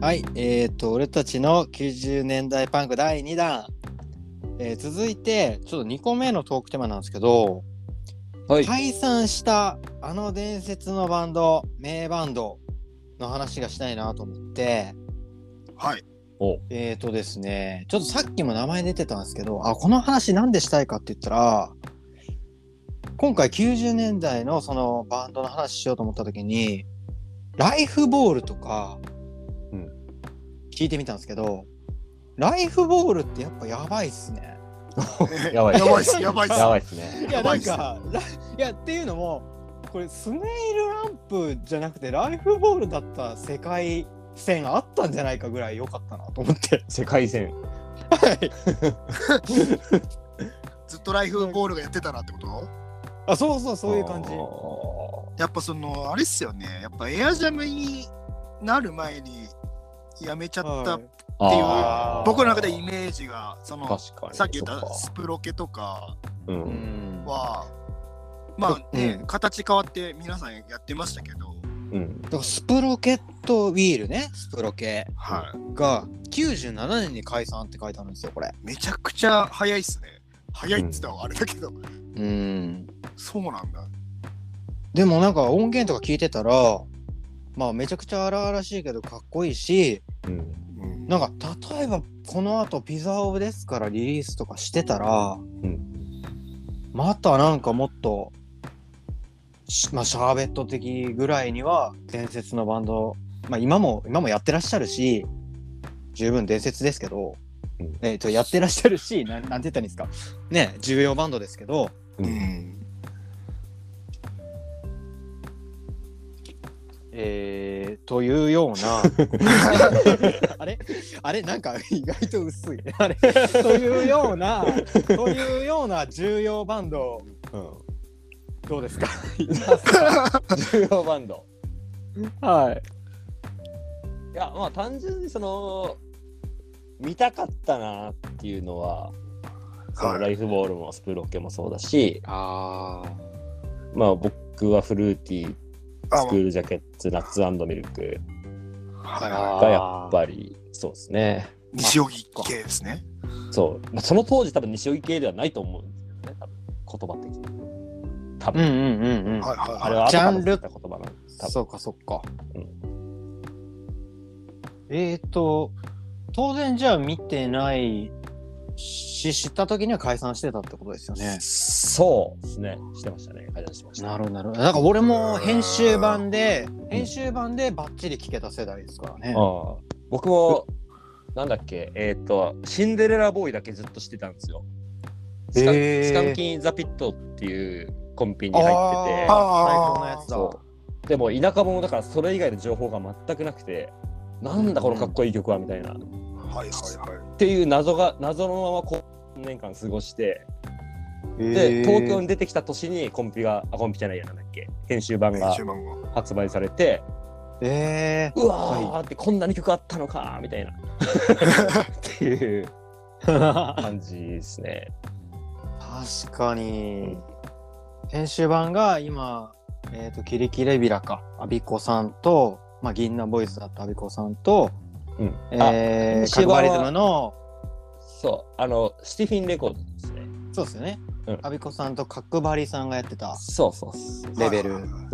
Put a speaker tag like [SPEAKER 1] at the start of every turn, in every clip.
[SPEAKER 1] はい、えっ、と、俺たちの90年代パンク第2弾。えー続いて、ちょっと2個目のトークテーマなんですけど、
[SPEAKER 2] はい。
[SPEAKER 1] 解散したあの伝説のバンド、名バンドの話がしたいなと思って、
[SPEAKER 3] はい。
[SPEAKER 2] お
[SPEAKER 1] えっ、とですね、ちょっとさっきも名前出てたんですけど、あ、この話なんでしたいかって言ったら、今回90年代のそのバンドの話しようと思った時に、ライフボールとか
[SPEAKER 2] うん、
[SPEAKER 1] 聞いてみたんですけど、ライフボールってやっぱやばいっすね。
[SPEAKER 2] やばい
[SPEAKER 3] やばいっす。やばいっす。
[SPEAKER 2] やばいですね。
[SPEAKER 1] いや
[SPEAKER 3] や
[SPEAKER 1] な
[SPEAKER 3] ばい
[SPEAKER 1] ん
[SPEAKER 3] っす
[SPEAKER 1] かラいやっていうのもこれスネイルランプじゃなくてライフボールだった世界線あったんじゃないかぐらい良かったなと思って
[SPEAKER 2] 世界戦。
[SPEAKER 1] はい
[SPEAKER 3] ずっとライフボールがやってたなってこと
[SPEAKER 1] あそうそうそういう感じ
[SPEAKER 2] あー
[SPEAKER 3] やっぱその、あれっすよね。やっぱエアジャムになる前にやめちゃった、
[SPEAKER 1] はい
[SPEAKER 2] あー
[SPEAKER 3] 僕の中でイメージが、その、
[SPEAKER 2] 確かに。
[SPEAKER 3] さっき言っ
[SPEAKER 2] そ
[SPEAKER 3] た
[SPEAKER 2] か
[SPEAKER 3] スプロケとか
[SPEAKER 2] う。
[SPEAKER 1] うんん
[SPEAKER 3] は、まあね、
[SPEAKER 1] うん
[SPEAKER 3] 形変わって皆さんやってましたけど、
[SPEAKER 2] うん。
[SPEAKER 1] だからスプロケットウィールねスプロケ
[SPEAKER 3] は
[SPEAKER 1] が97年に解散って書いてあるんですよこれ
[SPEAKER 3] い。めちゃくちゃ早いっすね。早いっつったらあれだけど、
[SPEAKER 1] うん
[SPEAKER 3] そうなんだ。
[SPEAKER 1] でもなんか音源とか聞いてたらまあめちゃくちゃ荒々しいけどかっこいいし
[SPEAKER 2] うん。
[SPEAKER 3] うん
[SPEAKER 1] なんか例えばこの後ピザオブですからリリースとかしてたら、またなんかもっとしまあシャーベット的ぐらいには伝説のバンド、まあ、今も今もやってらっしゃるし十分伝説ですけど、
[SPEAKER 2] うん
[SPEAKER 1] えー、とやってらっしゃるしなんなんて言ったらいいんですかね重要バンドですけど
[SPEAKER 3] うん
[SPEAKER 1] えー、というような あれあれなんか 意外と薄いね あれというようなというような重要バンド
[SPEAKER 2] うん
[SPEAKER 1] どうですか
[SPEAKER 2] 重要バンド。はい。いや、まあ単純にその、見たかったなっていうのは、その
[SPEAKER 3] はい
[SPEAKER 2] ライフボールもスプロケもそうだし、
[SPEAKER 1] あ
[SPEAKER 2] まあ僕はフルーティー、
[SPEAKER 3] あ
[SPEAKER 2] スクールジャケッツ、ナッツミルク
[SPEAKER 3] はいは
[SPEAKER 2] がやっぱりそうですね。
[SPEAKER 3] い西荻系ですね。
[SPEAKER 2] そう、まあ、その当時多分西荻系ではないと思うんですけどね多分言葉的に多
[SPEAKER 1] うん
[SPEAKER 2] 分、
[SPEAKER 1] うんうんうん
[SPEAKER 3] はいはい
[SPEAKER 2] あ
[SPEAKER 3] はい
[SPEAKER 2] れは
[SPEAKER 1] ジャンル
[SPEAKER 2] 後から作った言葉なんです多分
[SPEAKER 1] そうかそうか、
[SPEAKER 2] う
[SPEAKER 1] えっ、ー、と当然じゃあ見てないし知った時には解散してたってことですよね
[SPEAKER 2] そうですねしてましたね解散してました
[SPEAKER 1] なるほどなるほどなんか俺も編集版で編集版でバッチリ聞けた世代ですからね、
[SPEAKER 2] ああ僕もなんだっけえっ、とシンデレラボーイだけずっとしてたんですよスカ,、
[SPEAKER 1] へえ
[SPEAKER 2] スカンキンザピットっていうコンビに
[SPEAKER 1] に
[SPEAKER 2] 入
[SPEAKER 1] 入
[SPEAKER 2] って
[SPEAKER 1] ってて
[SPEAKER 2] て
[SPEAKER 3] あー
[SPEAKER 1] 最高のやつだ
[SPEAKER 2] そうでも田舎者だからそれ以外の情報が全くなくてなんだこのかっこいい曲はみたいな
[SPEAKER 3] はいはいはい。
[SPEAKER 2] っていう謎が謎のままこう3年間過ごして
[SPEAKER 1] へ
[SPEAKER 2] で
[SPEAKER 1] ー
[SPEAKER 2] 東京に出てきた年にコンピがあコンピじゃないやなんだっけ編集版が
[SPEAKER 3] 編集版が
[SPEAKER 2] 発売されて
[SPEAKER 1] え
[SPEAKER 2] うわーってこんなに曲あったのかーみたいなっていう
[SPEAKER 1] ー、
[SPEAKER 2] 感じですね。
[SPEAKER 1] 確かに編集版が今、えー、とキリキレビラかアビコさんと、まあ、銀杏ボイスだったアビコさんと、
[SPEAKER 2] うん、あ
[SPEAKER 1] え
[SPEAKER 2] 編
[SPEAKER 1] ー、カ
[SPEAKER 2] 集
[SPEAKER 1] ル
[SPEAKER 2] 版は
[SPEAKER 1] バリズムの
[SPEAKER 2] そうあのスティフィンレコードですね。
[SPEAKER 1] そうですよね、
[SPEAKER 2] うん
[SPEAKER 1] アビコさんと角張りさんがやってた
[SPEAKER 2] そうそうそう
[SPEAKER 1] レベル
[SPEAKER 3] はいはいはい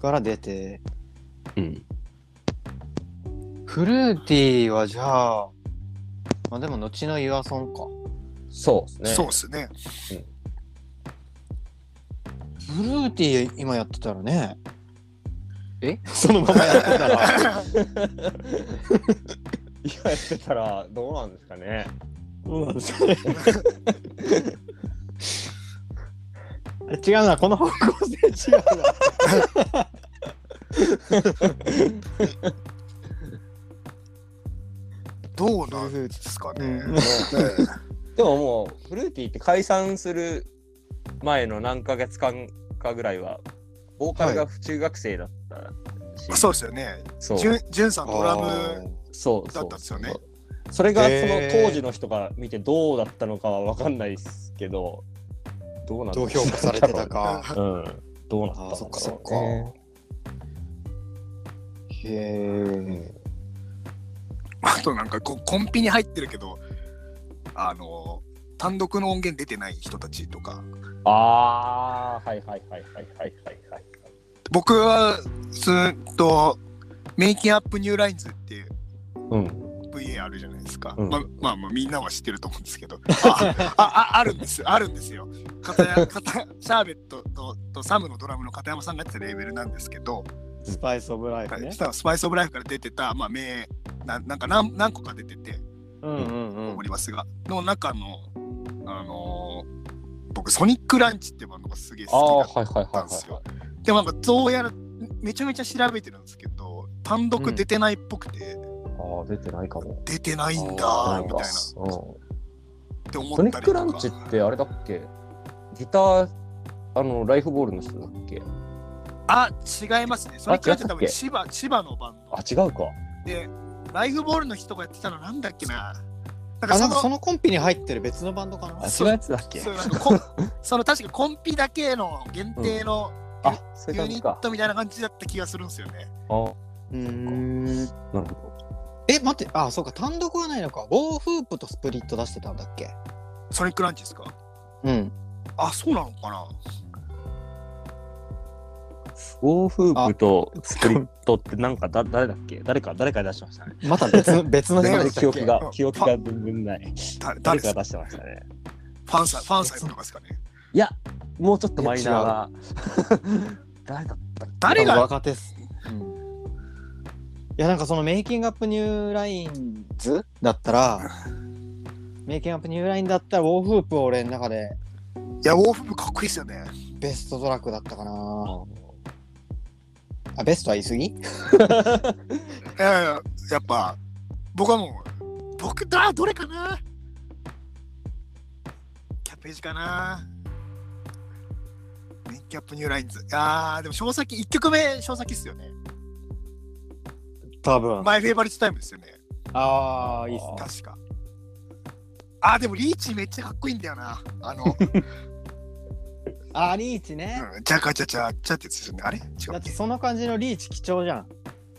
[SPEAKER 1] から出て
[SPEAKER 2] うん、
[SPEAKER 1] フルーティーはじゃあまあでも後のユアソンか
[SPEAKER 2] そうですね。
[SPEAKER 3] そうですね。
[SPEAKER 1] フルーティー今やってたらねえ そのままやってた ら
[SPEAKER 2] 今やってたらどうなんですかね。
[SPEAKER 1] そうなんですね。違うな、この方向性違うな。
[SPEAKER 3] どうなんですかね。
[SPEAKER 1] うん
[SPEAKER 3] ね
[SPEAKER 2] でももうフルーティーって解散する前の何ヶ月間かぐらいはボーカルが中学生だったし、
[SPEAKER 3] そうですよね。
[SPEAKER 2] そう
[SPEAKER 3] じゅんじゅんさんドラム。
[SPEAKER 2] そう
[SPEAKER 3] だったんですよね
[SPEAKER 2] そうそれがその
[SPEAKER 1] へー
[SPEAKER 2] 当時の人が見てどうだったのかは分かんないですけどどうなん
[SPEAKER 1] どう評価されてたか。
[SPEAKER 2] だろう、うん、どうなったの
[SPEAKER 1] あーそっかそっか
[SPEAKER 2] ね
[SPEAKER 1] へえ。
[SPEAKER 3] あとなんかこコンピに入ってるけどあの単独の音源出てない人たちとか
[SPEAKER 2] ああ、はいはいはいはいはいはいはい。
[SPEAKER 3] 僕はずっと「メイキンアップニューラインズ」っていう
[SPEAKER 2] うん。
[SPEAKER 3] VA あるじゃないですか、
[SPEAKER 2] うん
[SPEAKER 3] ままあまあみんなは知ってると思うんですけどああああるんですよあるんですよ片や片シャーベットととサムのドラムの片山さんがやってたレーベルなんですけど、
[SPEAKER 1] スパイス・オブ・ライ
[SPEAKER 3] は
[SPEAKER 1] フ
[SPEAKER 3] い
[SPEAKER 1] ね。
[SPEAKER 3] したらスパイス・オブ・ライフから出てた、まあ、名ななんか何何個か出てて
[SPEAKER 1] うんうんうん
[SPEAKER 3] お。りますが、の中のあのー僕ソニックランチってバンドがすげえ
[SPEAKER 2] ああ、
[SPEAKER 3] 好き
[SPEAKER 2] は
[SPEAKER 3] だ
[SPEAKER 2] いはい
[SPEAKER 3] った
[SPEAKER 2] は
[SPEAKER 3] んです
[SPEAKER 2] い
[SPEAKER 3] よ、
[SPEAKER 2] はい。
[SPEAKER 3] でもなんかどうやらめちゃめちゃ調べてるんですけど単独出てないっぽくて、
[SPEAKER 2] ああ、出てないかも。
[SPEAKER 3] 出てないん
[SPEAKER 2] あ
[SPEAKER 3] だ
[SPEAKER 2] ー
[SPEAKER 3] みたいな
[SPEAKER 2] うん
[SPEAKER 3] って思
[SPEAKER 2] ソニ
[SPEAKER 3] った
[SPEAKER 2] ッ
[SPEAKER 3] り
[SPEAKER 2] ク
[SPEAKER 3] とか
[SPEAKER 2] ランチってあれだっけギター、あの、ライフボールの人だっけ
[SPEAKER 3] あ、違いますね。それ違って多
[SPEAKER 2] 違ったっけ
[SPEAKER 3] 分千葉、千葉のバンド
[SPEAKER 2] あ、違うか。
[SPEAKER 3] で、ライフボールの人がやってたのなんだっけな。なんか
[SPEAKER 1] あ、な
[SPEAKER 3] そ
[SPEAKER 1] ん
[SPEAKER 3] の、
[SPEAKER 1] かそのコンピに入ってる別のバンドかな
[SPEAKER 2] あ、違
[SPEAKER 3] そうう
[SPEAKER 2] やつだっけ
[SPEAKER 3] そうなんかコンその確かコンピだけの限定の
[SPEAKER 2] あ、そういう
[SPEAKER 3] ユ
[SPEAKER 2] 感じ
[SPEAKER 3] ニ
[SPEAKER 2] か
[SPEAKER 3] ッ。トみたいな感じだった気がするんですよね。
[SPEAKER 2] あー
[SPEAKER 1] うーん。
[SPEAKER 2] なるほ
[SPEAKER 1] え、待って、あ、そうか、単独はないのか。ゴーフープとスプリット出してたんだっけ
[SPEAKER 3] ソニックランチですか
[SPEAKER 1] うん。
[SPEAKER 3] あ、そうなのかな
[SPEAKER 2] ど。オーフープとスプリットってなんかだ誰だっけ誰か誰か出してましたね。
[SPEAKER 1] また別 の、別の
[SPEAKER 3] ね
[SPEAKER 1] 人
[SPEAKER 3] 誰
[SPEAKER 1] で
[SPEAKER 3] だっ
[SPEAKER 1] し
[SPEAKER 3] け
[SPEAKER 2] 記
[SPEAKER 1] たっ
[SPEAKER 2] 憶
[SPEAKER 1] け
[SPEAKER 2] が記憶が全然ない。
[SPEAKER 3] だ誰
[SPEAKER 2] 誰
[SPEAKER 3] で
[SPEAKER 2] か
[SPEAKER 3] すか
[SPEAKER 2] 出してましたね。
[SPEAKER 3] ファンサイ、ファンサイズとかですかね。
[SPEAKER 2] いや、もうちょっとマイナーが。 誰だったっけ
[SPEAKER 3] 誰が
[SPEAKER 1] 若手っす。うん。いや、なんかそのメイキングアップニューラインズだったら、メイキングアップニューラインだったら、ウォーフープは俺の中で
[SPEAKER 3] いや、ウォーフ部かっこいいですよね。
[SPEAKER 1] ベストトラックだったかな。あ、ベストは言い過ぎ
[SPEAKER 3] いやいや、やっぱ、僕はもう、僕だ、どれかなキャップエイジかなメインキャップニューラインズ。あー、でも、小先、1曲目、小先っすよね。
[SPEAKER 1] 多分。
[SPEAKER 3] マイフェイバリットタイムですよね。
[SPEAKER 1] ああ、いいっすね。
[SPEAKER 3] 確か。あー、でも、リーチめっちゃかっこいいんだよな。あの、うん
[SPEAKER 1] あ、リーチね。
[SPEAKER 3] ジャカジャチャチャってやつですよね。あれ違う
[SPEAKER 1] だ
[SPEAKER 3] っ
[SPEAKER 1] って
[SPEAKER 3] けい
[SPEAKER 1] その感じのリーチ貴重じゃん。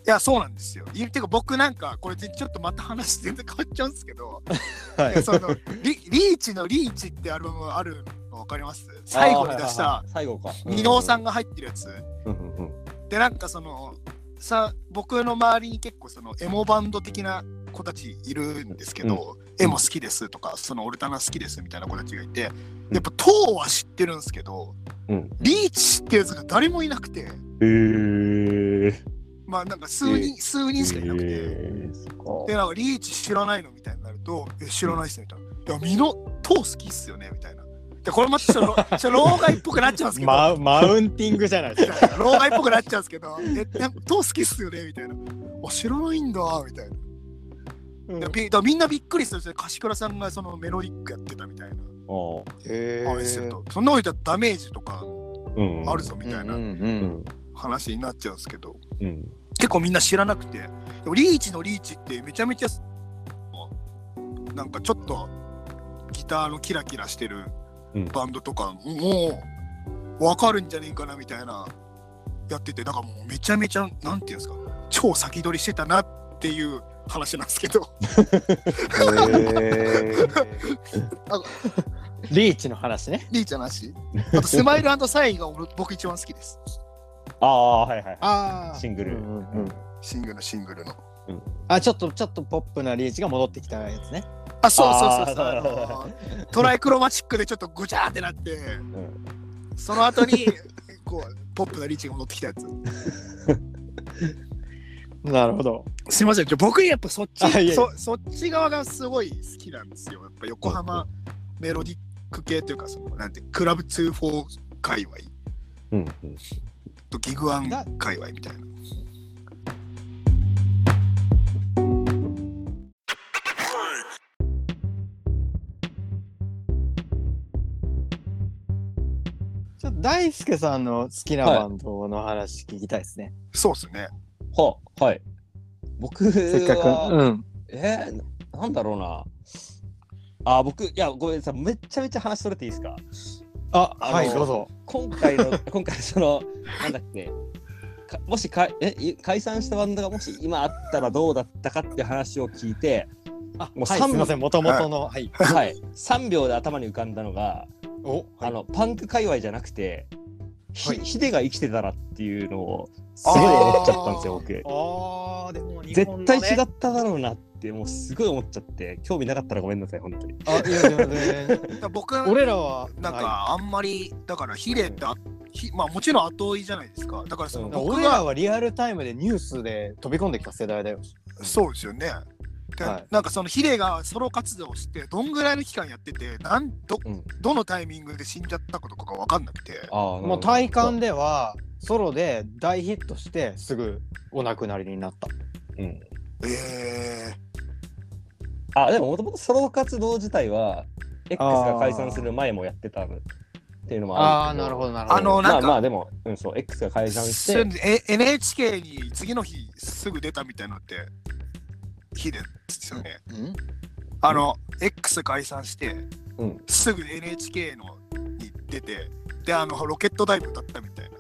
[SPEAKER 3] や、そうなんですよ。いてか、僕なんか、これ、ちょっとまた話全然変わっちゃうんですけど。
[SPEAKER 2] はい
[SPEAKER 3] やそのリリーチのリーチってアルバムあるの分かります最後に出し
[SPEAKER 2] あーはいはいは
[SPEAKER 3] た
[SPEAKER 2] い最後か。
[SPEAKER 3] 二郎さ
[SPEAKER 2] ん。
[SPEAKER 3] んが入ってるやつ、
[SPEAKER 2] うんうんうん
[SPEAKER 3] でなんかそのさ僕の周りに結構そのエモバンド的な子たちいるんですけど、エモ好きですとかそのオルタナ好きですみたいな子たちがいてやっぱ「トー」は知ってるんですけど、
[SPEAKER 2] うん
[SPEAKER 3] リーチってやつが誰もいなくて
[SPEAKER 2] へー
[SPEAKER 3] まあなんか数人、数人しかいなくて。
[SPEAKER 2] へーそっか
[SPEAKER 3] で、なんかリーチ知らないのみたいになると、え、知らないっすねみたいな。いや、ミノ、トー好きっすよねみたいな。で、これまたちょっと、ちょっと老害っぽくなっちゃうんですけど、
[SPEAKER 1] ママウンティングじゃないですか。
[SPEAKER 3] 老害っぽくなっちゃうんですけど、え、なんかトー好きっすよねみたいな。あ、知らないんだ、みたいな。でびだからみんなびっくりするんですよ。柏倉さんがそのメロディックやってたみたいな。
[SPEAKER 2] あ
[SPEAKER 1] へ
[SPEAKER 3] あれすると。そんなこと言ったらダメージとか
[SPEAKER 2] ーうん
[SPEAKER 3] あるぞみたいな
[SPEAKER 2] うん
[SPEAKER 3] 話になっちゃうんですけど、
[SPEAKER 2] うん。
[SPEAKER 3] 結構みんな知らなくて。でもリーチのリーチってめちゃめちゃ、なんかちょっとギターのキラキラしてる
[SPEAKER 2] うん
[SPEAKER 3] バンドとかもう分かるんじゃねえかなみたいなやっててだからもうめちゃめちゃなんていうんですか超先取りしてたなっていう話なんですけど
[SPEAKER 1] リーチの話ね。
[SPEAKER 3] リーチの話あとスマイルサインが俺僕一番好きです
[SPEAKER 2] ああー、はいはいは
[SPEAKER 1] あ
[SPEAKER 2] シングル
[SPEAKER 1] うんうんうん
[SPEAKER 3] シングルのシングルの
[SPEAKER 1] あ、ちょっとちょっとポップなリーチが戻ってきたやつね。
[SPEAKER 3] あそうそうそうそう
[SPEAKER 2] あー
[SPEAKER 3] あのートライクロマチックでちょっとぐちゃーってなって、
[SPEAKER 2] ん
[SPEAKER 3] その後にこうポップなリーチが戻ってきたやつ
[SPEAKER 1] なるほど。
[SPEAKER 3] すいません、じゃあ僕やっぱそっ
[SPEAKER 1] あいえいえ
[SPEAKER 3] ちそ、そっち側がすごい好きなんですよ。やっぱ横浜メロディック系というか、そのなんてクラブ24界隈
[SPEAKER 2] い。うんうん
[SPEAKER 3] とギグワン界隈みたいな。
[SPEAKER 1] ちょっと大輔さんの好きなバンドの話聞きたいですね。
[SPEAKER 3] そうですね。
[SPEAKER 2] は、はい。僕は、
[SPEAKER 1] せっかく。うん。
[SPEAKER 2] えー、なんだろうな。あー、僕、いや、ごめんなさい。めっちゃめちゃ話それていいですか
[SPEAKER 1] あ、
[SPEAKER 2] あの
[SPEAKER 1] はい、どうぞ。
[SPEAKER 2] 今回の、今回その、なんだっけ、かもしかえい解散したバンドがもし今あったらどうだったかって話を聞いて、
[SPEAKER 1] あ
[SPEAKER 2] もう
[SPEAKER 1] はい、
[SPEAKER 2] 三
[SPEAKER 1] すみません、もともとの、はい。
[SPEAKER 2] はい、3秒で頭に浮かんだのが、
[SPEAKER 1] お、
[SPEAKER 2] あのパンク界隈じゃなくて、ひ
[SPEAKER 3] はい
[SPEAKER 2] ヒデが生きてたらっていうのをすごい思っちゃったんですよ、僕。
[SPEAKER 1] ああ、でも日本の、
[SPEAKER 2] 絶
[SPEAKER 1] ね、
[SPEAKER 2] 対違っただろうなって、もうすごい思っちゃって、興味なかったらごめんなさい、本当に。
[SPEAKER 1] あ、いやいや全 然
[SPEAKER 3] だから僕は
[SPEAKER 1] 俺らは、
[SPEAKER 3] なん
[SPEAKER 1] は
[SPEAKER 3] かあんまりだからヒレってあひまあもちろん後追いじゃないですかだからそ
[SPEAKER 2] うん
[SPEAKER 3] の
[SPEAKER 1] いだから
[SPEAKER 3] 僕
[SPEAKER 1] 俺ら
[SPEAKER 3] は
[SPEAKER 1] はリアルタイムでニュースで飛び込んできた世代だよ。
[SPEAKER 3] そうですよねで
[SPEAKER 1] はい
[SPEAKER 3] なんかそのヒレがソロ活動をしてどんぐらいの期間やっててなんど
[SPEAKER 2] うん
[SPEAKER 3] どのタイミングで死んじゃったかとかが分かんなくて
[SPEAKER 2] あ
[SPEAKER 1] もう体感では、ソロで大ヒットして、すぐお亡くなりになった。
[SPEAKER 3] え
[SPEAKER 2] あでももともとソロ活動自体は X が解散する前もやってたっていうのも
[SPEAKER 1] あ
[SPEAKER 2] あ
[SPEAKER 1] あー、
[SPEAKER 2] るんです
[SPEAKER 1] なるほ
[SPEAKER 2] ど
[SPEAKER 1] ど、なるほ
[SPEAKER 3] あ
[SPEAKER 1] ど。
[SPEAKER 3] の
[SPEAKER 2] ま
[SPEAKER 3] な
[SPEAKER 2] あま
[SPEAKER 3] んか
[SPEAKER 2] あでも、うん、そう X が解散し
[SPEAKER 3] そうい
[SPEAKER 2] て
[SPEAKER 3] うのえ NHK に次の日すぐ出たみたいなのってヒレですよね
[SPEAKER 1] うん
[SPEAKER 3] あの X 解散して
[SPEAKER 2] うん
[SPEAKER 3] すぐ NHK のに出てであのロケットダイブだったみ たいな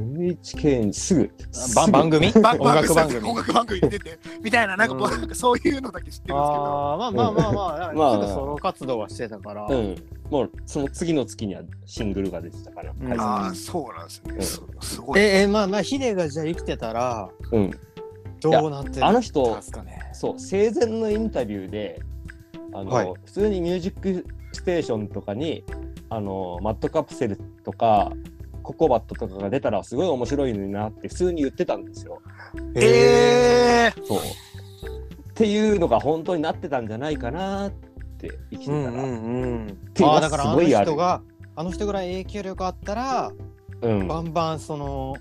[SPEAKER 2] NHK にすぐ
[SPEAKER 1] ば番
[SPEAKER 2] 組
[SPEAKER 1] 組
[SPEAKER 3] バ
[SPEAKER 1] 音楽番組
[SPEAKER 3] 音楽番組に出てみたいななんか僕
[SPEAKER 1] うん
[SPEAKER 3] なんかそういうのだけ知ってるんですけど
[SPEAKER 1] ああまあまあまあまあ、
[SPEAKER 2] まあ
[SPEAKER 1] すぐソロ活動はしてたから、
[SPEAKER 2] うんもうその次の月にはシングルが出てたから、
[SPEAKER 1] うん
[SPEAKER 2] 解散
[SPEAKER 3] ああそうなんです
[SPEAKER 2] う
[SPEAKER 3] ね
[SPEAKER 2] ん
[SPEAKER 3] すすごい
[SPEAKER 1] ええまあまあヒデがじゃあ生きてたら
[SPEAKER 2] うん、
[SPEAKER 1] どうなってる
[SPEAKER 2] あの
[SPEAKER 1] どう
[SPEAKER 2] 人
[SPEAKER 1] ですかね
[SPEAKER 2] そう生前のインタビューであの、
[SPEAKER 1] はい
[SPEAKER 2] 普通に「ミュージックステーション」とかにあのマッドカプセルとかココバットとかが出たらすごい面白いのになって普通に言ってたんですよ。
[SPEAKER 3] えー
[SPEAKER 2] そうっていうのが本当になってたんじゃないかなって生きて
[SPEAKER 1] う
[SPEAKER 2] たら。
[SPEAKER 1] んうんうん
[SPEAKER 2] 手が
[SPEAKER 1] ああだからあの
[SPEAKER 2] すごいある
[SPEAKER 1] 人があの人ぐらい影響力あったら、
[SPEAKER 2] うん
[SPEAKER 1] バンバンその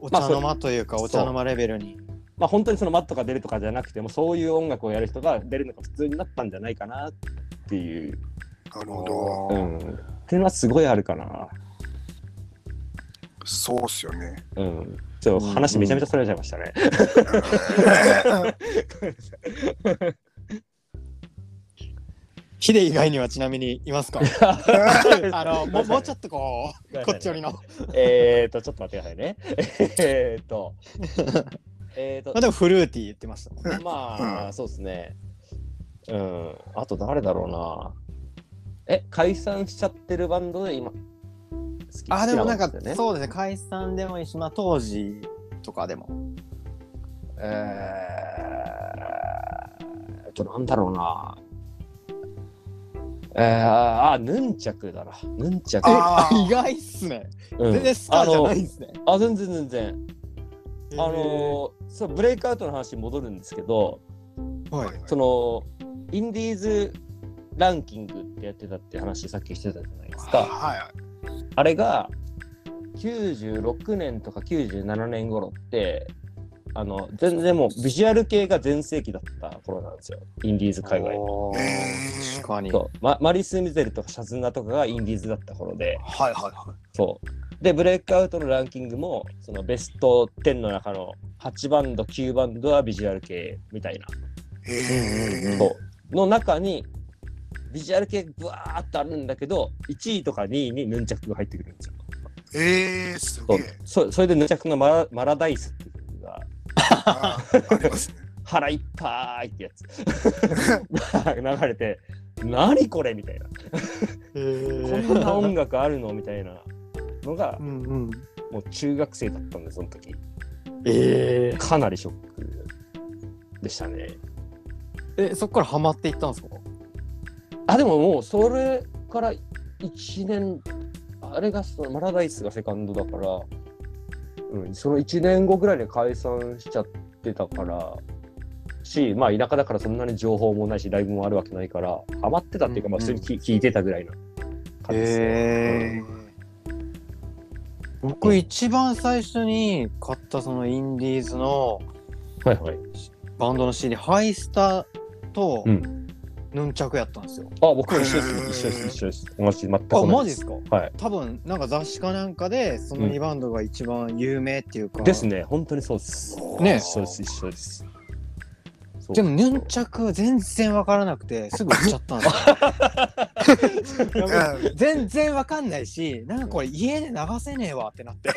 [SPEAKER 1] お
[SPEAKER 2] ま
[SPEAKER 1] 茶
[SPEAKER 2] あ
[SPEAKER 1] の間というか、
[SPEAKER 2] そう
[SPEAKER 1] お茶の間レベルに
[SPEAKER 2] まあ本当にそのマットが出るとかじゃなくてもそういう音楽をやる人が出るのが普通になったんじゃないかなっていう、
[SPEAKER 3] なるほど
[SPEAKER 2] うん、っていうのはすごいあるかな。
[SPEAKER 3] そうっすよ ね
[SPEAKER 2] うん、ちょっと話めちゃめちゃそれちゃいましたね。
[SPEAKER 1] ヒデ以外にはちなみにい ますか あ のもうもうちょっとこうこっち寄りの
[SPEAKER 2] えーと、ちょっと待ってくださいね。え ーと、えー
[SPEAKER 1] まあ
[SPEAKER 2] と、
[SPEAKER 1] でもフルーティー言ってましたもんね
[SPEAKER 2] まあ、そうですね。うん、あと誰だろうな。え、解散しちゃってるバンドで今、好き
[SPEAKER 1] あでもなんか、
[SPEAKER 2] 好きバンドですよね
[SPEAKER 1] そうですね解散でもいいしまあ当時とかでも
[SPEAKER 2] えーと、なんだろうな。えー、あ、ヌンチャクだな。ヌンチャク。
[SPEAKER 3] あー
[SPEAKER 1] 意外っすね
[SPEAKER 2] うん
[SPEAKER 1] 全然スカじゃないんですね。
[SPEAKER 2] あのあ、全然全然。
[SPEAKER 1] あ
[SPEAKER 2] あのーそうブレイクアウトの話に戻るんですけど、
[SPEAKER 1] はい
[SPEAKER 3] はい
[SPEAKER 2] そのインディーズランキングってやってたって話さっきしてたじゃないですか。
[SPEAKER 3] は
[SPEAKER 2] あれが96年とか97年頃ってあの全然もうビジュアル系が全盛期だった頃なんですよインディーズ界隈の。
[SPEAKER 1] おー
[SPEAKER 3] えー
[SPEAKER 1] 確かに。
[SPEAKER 2] そうママリス・ミゼルとかシャズンナとかがインディーズだった頃で
[SPEAKER 3] いはいはいは
[SPEAKER 2] そうでブレイクアウトのランキングもそのベスト10の中の8バンド9バンドはビジュアル系みたいな。
[SPEAKER 3] いえー
[SPEAKER 2] そうの中にビジュアル系ブワーっとあるんだけど1位とか2位にヌンチャクが入ってくるんですよ。
[SPEAKER 3] えーす
[SPEAKER 2] そ
[SPEAKER 3] げ
[SPEAKER 2] う
[SPEAKER 3] え
[SPEAKER 2] そそれでヌンチャクのマラマラダイスっていうのが
[SPEAKER 3] あーありますね
[SPEAKER 2] 腹いっぱいってやつ 流れて「何これ?」みたいな「こんな音楽あるの?」みたいなのが
[SPEAKER 1] うんうん。
[SPEAKER 2] もう中学生だったんでその時
[SPEAKER 1] え
[SPEAKER 2] かなりショックでしたね。
[SPEAKER 1] え。え、そっからハマっていったんですか
[SPEAKER 2] あでももうそれから1年あれがそのマラダイスがセカンドだから、うん、その1年後ぐらいで解散しちゃってたからしまあ田舎だからそんなに情報もないしライブもあるわけないからハマってたっていうか、まあ
[SPEAKER 1] うん
[SPEAKER 2] 普
[SPEAKER 1] うん
[SPEAKER 2] 通に聞聞いてたぐらいな感じですね、
[SPEAKER 1] え僕一番最初に買ったそのインディーズの
[SPEAKER 2] はいはい
[SPEAKER 1] バンドの CD、ハイスタと
[SPEAKER 2] う
[SPEAKER 1] ヌンチャクやったんですよ。
[SPEAKER 2] あ僕も一緒です一緒です一緒です同じ全く
[SPEAKER 1] あ、
[SPEAKER 2] 同じ
[SPEAKER 1] マジですか
[SPEAKER 2] はい
[SPEAKER 1] 多分なんか雑誌かなんかでその2バンドが一番有名っていうか。
[SPEAKER 2] ですね本当にそうです
[SPEAKER 1] ね
[SPEAKER 2] 一緒です一緒です そう
[SPEAKER 1] でもヌンチャク全然わからなくてすぐ売っちゃったんですよ。
[SPEAKER 3] うん
[SPEAKER 1] 全然わかんないしなんかこれ家で流せねえわってなって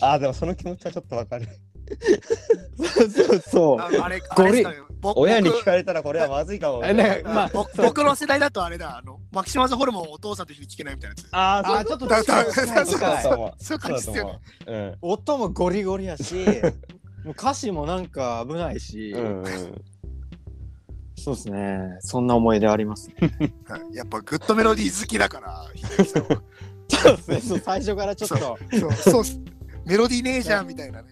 [SPEAKER 2] ああ、でもその気持ちはちょっとわかる。
[SPEAKER 1] そうそう そ
[SPEAKER 3] あ
[SPEAKER 1] う
[SPEAKER 3] あれ、あれですかねぼ
[SPEAKER 2] 親に聞
[SPEAKER 3] 僕
[SPEAKER 2] かれたらこれはまずいかも。
[SPEAKER 1] あなんか
[SPEAKER 3] うん
[SPEAKER 1] まあ
[SPEAKER 3] 僕僕の世代だとあれだ、あの、マキシマズホルモンをお父さんと一緒に聞けないみたいなやつ。
[SPEAKER 2] あ
[SPEAKER 1] あー
[SPEAKER 2] あ、
[SPEAKER 1] ちょっと
[SPEAKER 3] だ
[SPEAKER 1] 近い
[SPEAKER 3] だ
[SPEAKER 1] 近い
[SPEAKER 2] そう
[SPEAKER 1] 近
[SPEAKER 2] だ
[SPEAKER 1] い
[SPEAKER 2] と思う。
[SPEAKER 3] そういう
[SPEAKER 2] そう
[SPEAKER 3] 感
[SPEAKER 2] だ
[SPEAKER 3] じ
[SPEAKER 2] と
[SPEAKER 3] ですよね
[SPEAKER 2] 思。う。うん。
[SPEAKER 1] 音もゴリゴリやしもう歌詞もなんか危ないし、
[SPEAKER 2] うんうん、
[SPEAKER 1] そうですねそんな思い出ありますね
[SPEAKER 3] はいやっぱグッドメロディー好きだから、ひでゆきさんは
[SPEAKER 1] そうですね そう最初からちょっと
[SPEAKER 3] そうそうっすメロディーねえじゃんみたいなね。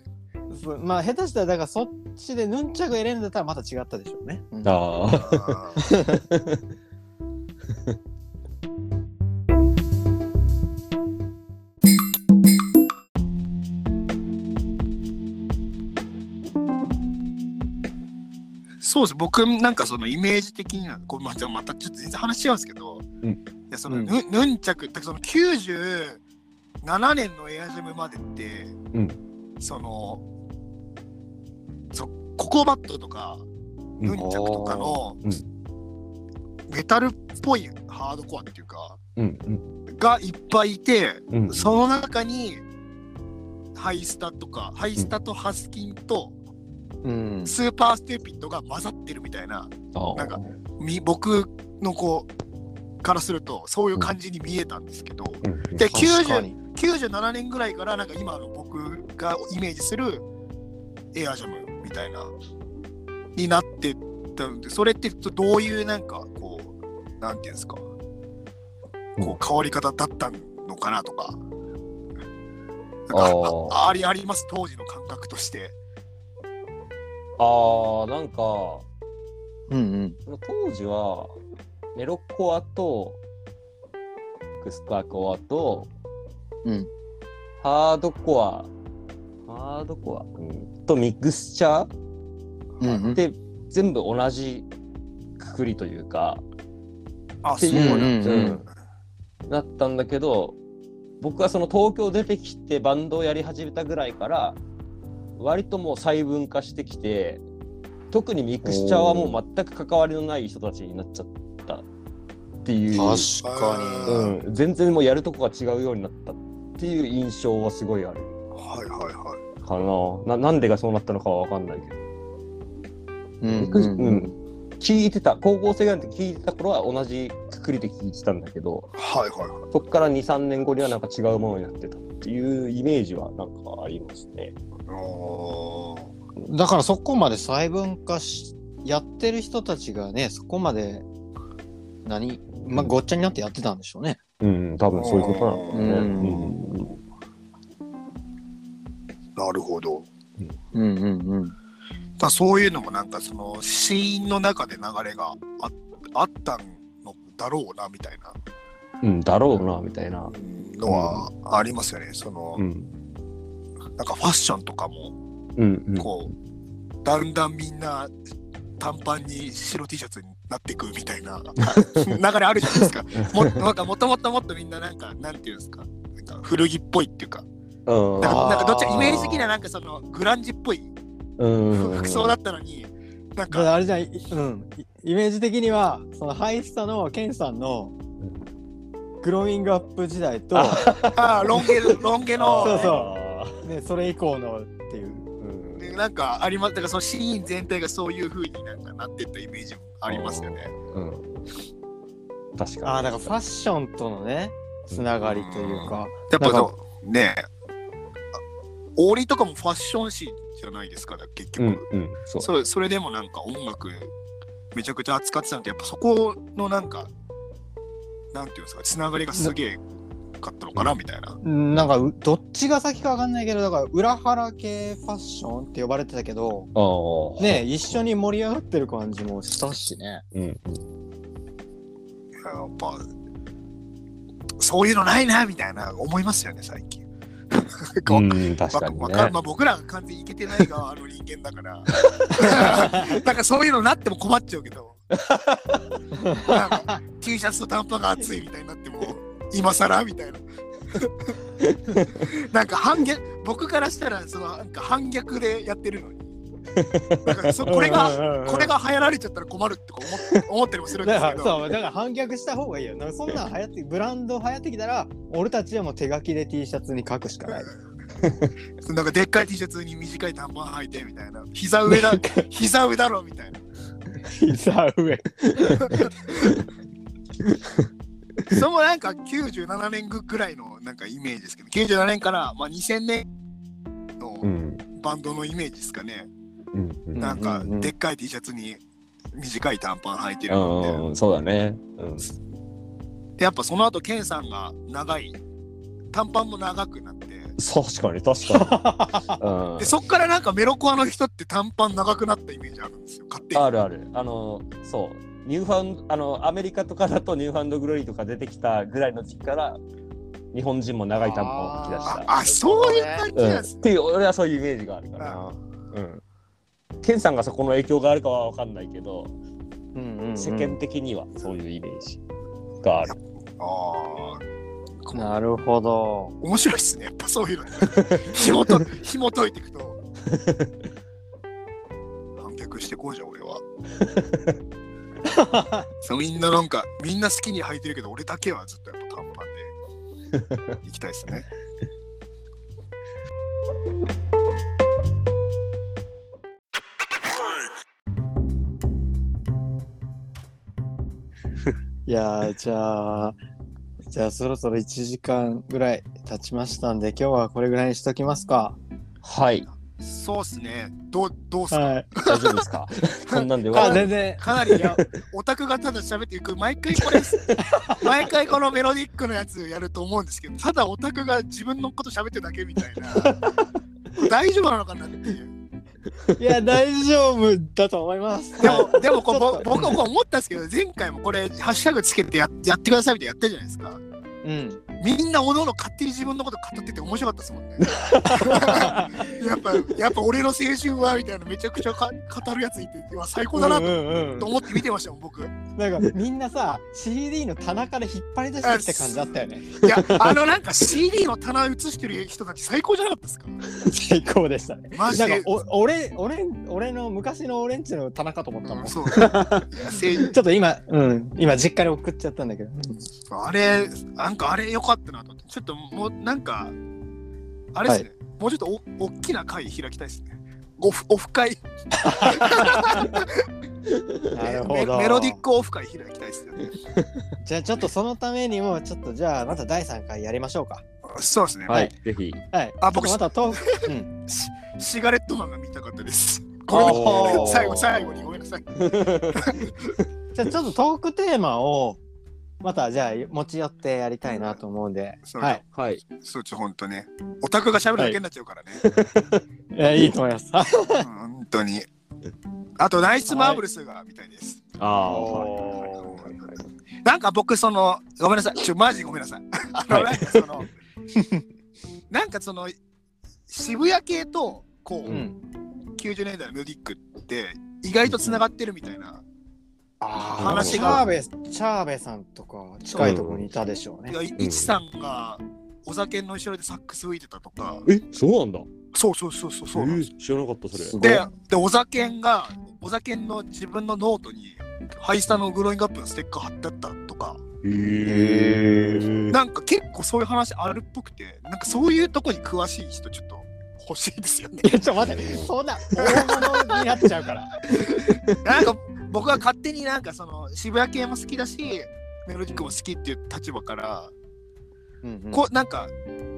[SPEAKER 1] そうまあ下手したらだからそっちでヌンチャク選んでたらまた違ったでしょうね、うん
[SPEAKER 2] ああ。
[SPEAKER 3] あーそうです僕なんかそのイメージ的にはこれまたまたちょっと全然話違うんですけど、
[SPEAKER 2] うん
[SPEAKER 3] いやその
[SPEAKER 1] うん
[SPEAKER 3] ヌ,、ヌンチャクってその97年のエアジムまでって、
[SPEAKER 2] うん
[SPEAKER 3] そのそココバットとか
[SPEAKER 2] うん
[SPEAKER 3] ヌンチャクとかの、
[SPEAKER 2] うん
[SPEAKER 3] メタルっぽいハードコアっていうか
[SPEAKER 2] うんうん
[SPEAKER 3] がいっぱいいて、
[SPEAKER 2] うん。
[SPEAKER 3] その中にハイスタとかハイスタとハスキンと
[SPEAKER 1] うん
[SPEAKER 3] スーパーステューピッドが混ざってるみたいな、
[SPEAKER 2] あー
[SPEAKER 3] なんかみ僕のこうからするとそういう感じに見えたんですけど、
[SPEAKER 2] うんうん
[SPEAKER 3] で
[SPEAKER 1] 確か
[SPEAKER 3] 90
[SPEAKER 1] に
[SPEAKER 3] 97年ぐらいからなんか今の僕がイメージするエアジャムみたいなになってったんでそれってどういうなんかこうなんていうんですかこう変わり方だったのかなとかなんか
[SPEAKER 2] あー
[SPEAKER 3] あありあります当時の感覚として。
[SPEAKER 2] あー、なんか。
[SPEAKER 1] うんうん
[SPEAKER 2] その当時はメロコアとクスカコアと
[SPEAKER 1] うん
[SPEAKER 2] ハードコアハードコア、うん、とミクスチャー
[SPEAKER 1] うんうん
[SPEAKER 2] で全部同じくくりというか
[SPEAKER 3] あ
[SPEAKER 2] っていうう、
[SPEAKER 1] んうん
[SPEAKER 2] う
[SPEAKER 1] うん
[SPEAKER 2] んだったんだけど僕はその東京出てきてバンドをやり始めたぐらいから割ともう細分化してきて特にミクスチャーはもう全く関わりのない人たちになっちゃったっていう。
[SPEAKER 1] 確か
[SPEAKER 3] う
[SPEAKER 1] に
[SPEAKER 2] うん、全然もうやるとこが違うようになったっていう印象はすごいある
[SPEAKER 3] はいはいはい。
[SPEAKER 2] かなななんでがそうなったのかは分かんないけど
[SPEAKER 1] うん
[SPEAKER 2] うん聞いてた高校生ぐらいの時聞いてた頃は同じくくりで聞いてたんだけど
[SPEAKER 3] はいはいはい。
[SPEAKER 2] そっから23年後にはなんか違うものになってたっていうイメージはなんかありますね
[SPEAKER 3] おー
[SPEAKER 1] だからそこまで細分化しやってる人たちがねそこまで何、まあ、ごっちゃになってやってたんでしょうね。
[SPEAKER 2] うん多分そういうことなんだよね
[SPEAKER 1] うん
[SPEAKER 2] うん
[SPEAKER 3] なるほど。
[SPEAKER 1] うんうんうん。
[SPEAKER 3] まあ、そういうのもなんかその死因の中で流れがああったのだろうなみたいな
[SPEAKER 2] うんだろうなみたいな
[SPEAKER 3] のはありますよね。その
[SPEAKER 2] うん
[SPEAKER 3] なんかファッションとかも
[SPEAKER 2] うんうん
[SPEAKER 3] こう、だんだんみんな短パンに白 T シャツになっていくみた いな流れあるじゃないですか。もなんかもともともっとみんななんかなんていうんですかなんか古着っぽいっていうか
[SPEAKER 2] うん
[SPEAKER 3] なんかなんかどっち
[SPEAKER 1] あー
[SPEAKER 3] イメージ的にはなんかそのグランジっぽい
[SPEAKER 2] うん
[SPEAKER 3] 服装だったのに、なん
[SPEAKER 1] だから
[SPEAKER 3] か
[SPEAKER 1] あれじゃん、いうん、イイメージ的にはそのハイスタのケンさんのグローイングアップ時代と、
[SPEAKER 3] あーロン毛ロン毛の
[SPEAKER 1] そうね、それ以降のっていう。
[SPEAKER 2] うん
[SPEAKER 3] でなんかありますだからそのシーン全体がそういう風になんかなってったイメージもありますよね。
[SPEAKER 2] うん。確かに。
[SPEAKER 1] ああだからファッションとのねつながりというか。
[SPEAKER 3] やっぱ
[SPEAKER 1] なん
[SPEAKER 3] そうねえあオーリとかもファッション誌じゃないですかだから結
[SPEAKER 2] う
[SPEAKER 3] 局、
[SPEAKER 2] んうん。そう。
[SPEAKER 3] それそれでもなんか音楽めちゃくちゃ扱ってたのってやっぱそこのなんかなんていうんですかつながりがすげえかったのかなみたいな。
[SPEAKER 1] うんなんかうどっちが先かわかんないけどだから裏腹系ファッションって呼ばれてたけど
[SPEAKER 2] ああ。
[SPEAKER 1] ね一緒に盛り上がってる感じもしたしね。
[SPEAKER 2] うん。
[SPEAKER 3] やっぱそういうのないなみたいな思いますよね最 近。こ
[SPEAKER 2] う
[SPEAKER 3] う
[SPEAKER 2] ん、確かに
[SPEAKER 3] わ
[SPEAKER 2] ね。
[SPEAKER 3] かまあ、僕らが完全にいけてない側の人間だから なんかそういうのなっても困っちゃうけど なんか T シャツと短パンが熱いみたいになっても今更みたいな なんか反逆僕からしたらそのなんか反逆でやってるのにだからそこれが、
[SPEAKER 1] が
[SPEAKER 3] これが流行られちゃったら困るとか思っ思ったりもするんで
[SPEAKER 1] だか
[SPEAKER 3] すけ
[SPEAKER 1] ら
[SPEAKER 3] ど。
[SPEAKER 1] そうだから反逆した方がいいよ。なんかそんなん流行ってブランド流行ってきたら俺たちはもう手書きで T シャツに書くしかない。
[SPEAKER 3] なんかでっかい T シャツに短い短パン履いてみたいな膝上だ膝上だろみたいな
[SPEAKER 1] 膝上。
[SPEAKER 3] それもなんか97年ぐらいのなんかイメージですけど97年から、まあ、2000年
[SPEAKER 2] う
[SPEAKER 3] の
[SPEAKER 2] ん。
[SPEAKER 3] バンドのイメージですかね、
[SPEAKER 2] うん。うん
[SPEAKER 3] なん
[SPEAKER 1] う
[SPEAKER 3] か
[SPEAKER 1] んうんうん
[SPEAKER 3] でっかい T シャツに短い短パン履いてる
[SPEAKER 2] うん
[SPEAKER 3] ので、
[SPEAKER 2] うんうん。そうだね。うん。
[SPEAKER 3] でやっぱその後ケンさんが長い短パンも長くなって
[SPEAKER 2] 確かに、確か
[SPEAKER 3] で
[SPEAKER 2] に。
[SPEAKER 3] そっからなんかメロコアの人って短パン長くなったイメージあるんですよ勝手
[SPEAKER 2] うん。
[SPEAKER 3] に
[SPEAKER 2] あるある。あの、そう。ニューファンあの、アメリカとかだとニューファンドグロリーとか出てきたぐらいの時期から、日本人も長い短パンを引き出し
[SPEAKER 3] あ
[SPEAKER 2] た。
[SPEAKER 3] あそういう感じ
[SPEAKER 2] う
[SPEAKER 3] なん
[SPEAKER 2] ん、
[SPEAKER 3] で
[SPEAKER 2] っ
[SPEAKER 3] すね、
[SPEAKER 2] ていう俺はそういうイメージがあるからな。うん。ケンさんがそこの影響があるかは分かんないけど、
[SPEAKER 1] うんうんうん
[SPEAKER 2] 世間的にはそういうイメージがある。
[SPEAKER 3] ああ
[SPEAKER 1] なるほど。
[SPEAKER 3] 面白いっすねやっぱそういうの 紐と紐解いていく と反逆してこうじゃん俺はそうみんななんかみんな好きに履いてるけど俺だけはずっとやっぱ短パンで行きたいですね
[SPEAKER 1] いやーじゃあじゃあそろそろ1時間ぐらい経ちましたんで今日はこれぐらいにしときますか。
[SPEAKER 2] はい。
[SPEAKER 3] そうっすねどうどうっすか、
[SPEAKER 1] はい。
[SPEAKER 2] 大丈夫ですか こんなんで終わ
[SPEAKER 1] あ
[SPEAKER 2] る
[SPEAKER 1] 全然。
[SPEAKER 3] かなりいやオタクがただ喋っていく毎回これ 毎回このメロディックのやつやると思うんですけどただオタクが自分のこと喋ってるだけみたい な大丈夫なのかなっていう
[SPEAKER 1] いや大丈夫だと思います。
[SPEAKER 3] でもでもこ
[SPEAKER 1] ち
[SPEAKER 3] う
[SPEAKER 1] ょ
[SPEAKER 3] ぼ
[SPEAKER 1] っと
[SPEAKER 3] 僕僕思ったんですけど前回もこれハッシュタグつけてややってくださいみたいなやったじゃないですか
[SPEAKER 1] うん。
[SPEAKER 3] みんなおのおの勝手に自分のこと語ってて面白かったですもん ねやっぱやっぱ俺の青春はみたいなめちゃくちゃか語るやついてうわ最高だな
[SPEAKER 1] うんうんうん
[SPEAKER 3] と思って見てましたもん僕
[SPEAKER 1] なんかみんなさ CD の棚から引っ張り出してきた感じだったよね。
[SPEAKER 3] いや、あのなんか CD の棚映してる人たち最高じゃなかったですか
[SPEAKER 1] 最高でしたね。
[SPEAKER 3] マジ
[SPEAKER 1] なんか
[SPEAKER 3] で。
[SPEAKER 1] お俺俺俺の昔の俺んちの棚かと思ったもん。
[SPEAKER 3] うん
[SPEAKER 1] ち
[SPEAKER 3] そういやせい
[SPEAKER 1] ょっと今うん今実家に送っちゃったんだけど。
[SPEAKER 3] あれ、なんかあれ良かったなと思って。ちょっともうなんか、あれですね、もうちょっとお大きな会開きたいですね。オフオフ会
[SPEAKER 1] なる
[SPEAKER 3] メ
[SPEAKER 1] ほど。
[SPEAKER 3] メロディックオフ会開きたいですね。
[SPEAKER 1] じゃあちょっとそのためにもちょっとじゃあまた第3回やりましょうか。
[SPEAKER 3] そうですね、
[SPEAKER 2] はい、ぜひ。
[SPEAKER 1] はい。
[SPEAKER 3] あ僕
[SPEAKER 1] ちょっとまたトー ク。うん。
[SPEAKER 3] シガレットマンが見たかっ たです。
[SPEAKER 1] あ
[SPEAKER 3] ごめんなさ
[SPEAKER 1] ー
[SPEAKER 3] い最後、最後にごめんなさい。
[SPEAKER 1] じゃあちょっとトークテーマをまたじゃあ持ち寄ってやりたいなと思うんで。
[SPEAKER 3] そう
[SPEAKER 1] はい。
[SPEAKER 2] はい。
[SPEAKER 3] そうちょ、ほんとね。オタクが喋るだけになっちゃうか らね。
[SPEAKER 1] いやいいと思い ます。
[SPEAKER 3] うん本当に。あと、ナイスマーブルスがみたいです。
[SPEAKER 2] ああ、はい
[SPEAKER 3] なんか僕そのごめんなさいちょマジごめんなさい あの、
[SPEAKER 2] は
[SPEAKER 3] なんかその なんかその渋谷系とこう、
[SPEAKER 1] うん。
[SPEAKER 3] 90年代のミュージックって意外とつながってるみたいな、話
[SPEAKER 1] チ
[SPEAKER 3] が
[SPEAKER 1] ャーベチャーベさんとか近いところにいたでしょうね
[SPEAKER 3] い。やいいちさんがお酒の後ろでサックス吹いてたとか
[SPEAKER 2] え、そうなんだ。
[SPEAKER 3] そうそうそうそうそう
[SPEAKER 2] え
[SPEAKER 3] なんです
[SPEAKER 2] ー知らなかった、それ。
[SPEAKER 1] すごい
[SPEAKER 3] ででお酒がお酒の自分のノートにハイスタのグローイングアップのステッカー貼ってあったとか
[SPEAKER 2] へー
[SPEAKER 3] なんか結構そういう話あるっぽくてなんかそういうとこに詳しい人ちょっと欲しいですよ ね
[SPEAKER 1] いやちょっと待って、そんな大物になっちゃうから。
[SPEAKER 3] なんか僕は勝手になんかその渋谷系も好きだしメロディックも好きっていう立場から、
[SPEAKER 1] うん
[SPEAKER 3] こうなんか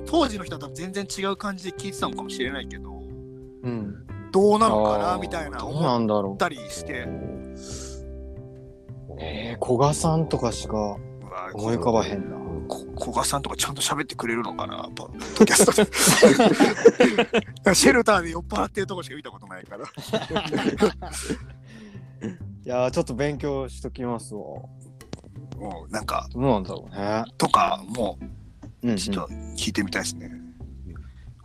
[SPEAKER 3] 当時の人は多分全然違う感じで聞いてたのかもしれないけど
[SPEAKER 1] うん、
[SPEAKER 3] どうなのかなみたいな
[SPEAKER 1] どう
[SPEAKER 3] 思
[SPEAKER 1] な
[SPEAKER 3] っ
[SPEAKER 1] んだろ
[SPEAKER 3] たりして
[SPEAKER 1] う。えー、古賀さんとかしか
[SPEAKER 3] うわこ
[SPEAKER 1] 思い浮かばへんな。
[SPEAKER 3] こ古賀さんとかちゃんと喋ってくれるのかなやっぱポッドキャ ストでシェルターで酔っ払ってるとこしか見たことないから
[SPEAKER 1] いやー、ちょっと勉強しときますわ。
[SPEAKER 3] もうなんか
[SPEAKER 1] どうなんだろうね。
[SPEAKER 3] とかも
[SPEAKER 1] うん、う
[SPEAKER 3] うちょっと聞いてみたいですね、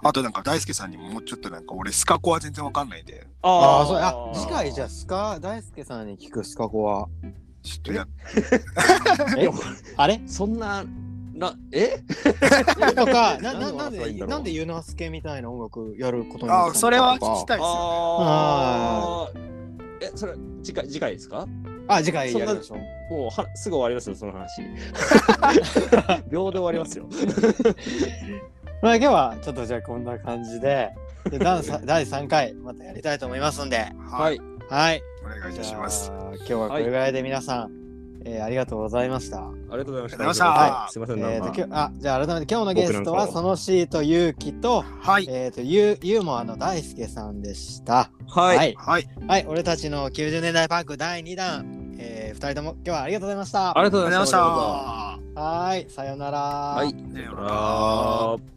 [SPEAKER 3] あとなんか大輔さんにももうちょっとなんか俺スカコは全然わかんないんで
[SPEAKER 1] あ
[SPEAKER 2] あ
[SPEAKER 1] あ、そうあ
[SPEAKER 2] ー
[SPEAKER 1] 次回じゃあ、スカ、大輔さんに聞くスカコは。
[SPEAKER 3] ちょっとや
[SPEAKER 1] えあれ
[SPEAKER 2] そんな、な、え
[SPEAKER 1] とか、な、
[SPEAKER 2] なん
[SPEAKER 1] ななん
[SPEAKER 2] で笑ったらいい
[SPEAKER 1] で、
[SPEAKER 2] んだろう
[SPEAKER 1] なんでユナスケみたいな音楽やることになった
[SPEAKER 3] あ
[SPEAKER 1] の
[SPEAKER 3] あ、
[SPEAKER 1] か
[SPEAKER 3] それは聞きたいですよね。
[SPEAKER 2] あーえ、それ、次回、次回ですか
[SPEAKER 1] あ、次回やりましょう。
[SPEAKER 2] もうはすぐ終わりますよ、その話。秒で終わりますよ。
[SPEAKER 1] まあ、今日はちょっとじゃあこんな感じ で、で第三第3回またやりたいと思いますんで、
[SPEAKER 3] はい、
[SPEAKER 2] い。
[SPEAKER 1] はい。
[SPEAKER 3] お願いい
[SPEAKER 1] じ
[SPEAKER 3] た
[SPEAKER 1] ゃ
[SPEAKER 3] します。
[SPEAKER 1] あ今日はこれぐらいで皆さん、えーありがとうございました。
[SPEAKER 2] ありがとうござい
[SPEAKER 3] ありがとうご
[SPEAKER 2] まし
[SPEAKER 3] ざ
[SPEAKER 2] た。
[SPEAKER 3] いました
[SPEAKER 2] はい、すみませ
[SPEAKER 1] え
[SPEAKER 2] ん、なん
[SPEAKER 1] ー
[SPEAKER 2] か
[SPEAKER 1] と、今日、あ、じゃあ改めて今日のゲストは、
[SPEAKER 2] 僕なんか
[SPEAKER 1] そのシートゆうきと、
[SPEAKER 3] はい、
[SPEAKER 1] えっ、と、ゆう、ゆうもあの大輔さんでした。
[SPEAKER 2] はい。
[SPEAKER 1] はい。
[SPEAKER 3] はい、
[SPEAKER 1] はい俺たちの90年代パーク第2弾、えー、2人とも今日はありがとうございました。
[SPEAKER 2] ありがとう
[SPEAKER 3] ありがとうご
[SPEAKER 2] ご
[SPEAKER 3] ざ
[SPEAKER 2] ざ
[SPEAKER 3] い
[SPEAKER 2] い
[SPEAKER 3] ま
[SPEAKER 2] ま
[SPEAKER 3] し。
[SPEAKER 2] したた。
[SPEAKER 3] さ
[SPEAKER 1] はい、さようなら。
[SPEAKER 2] はい。
[SPEAKER 3] よなら
[SPEAKER 2] あー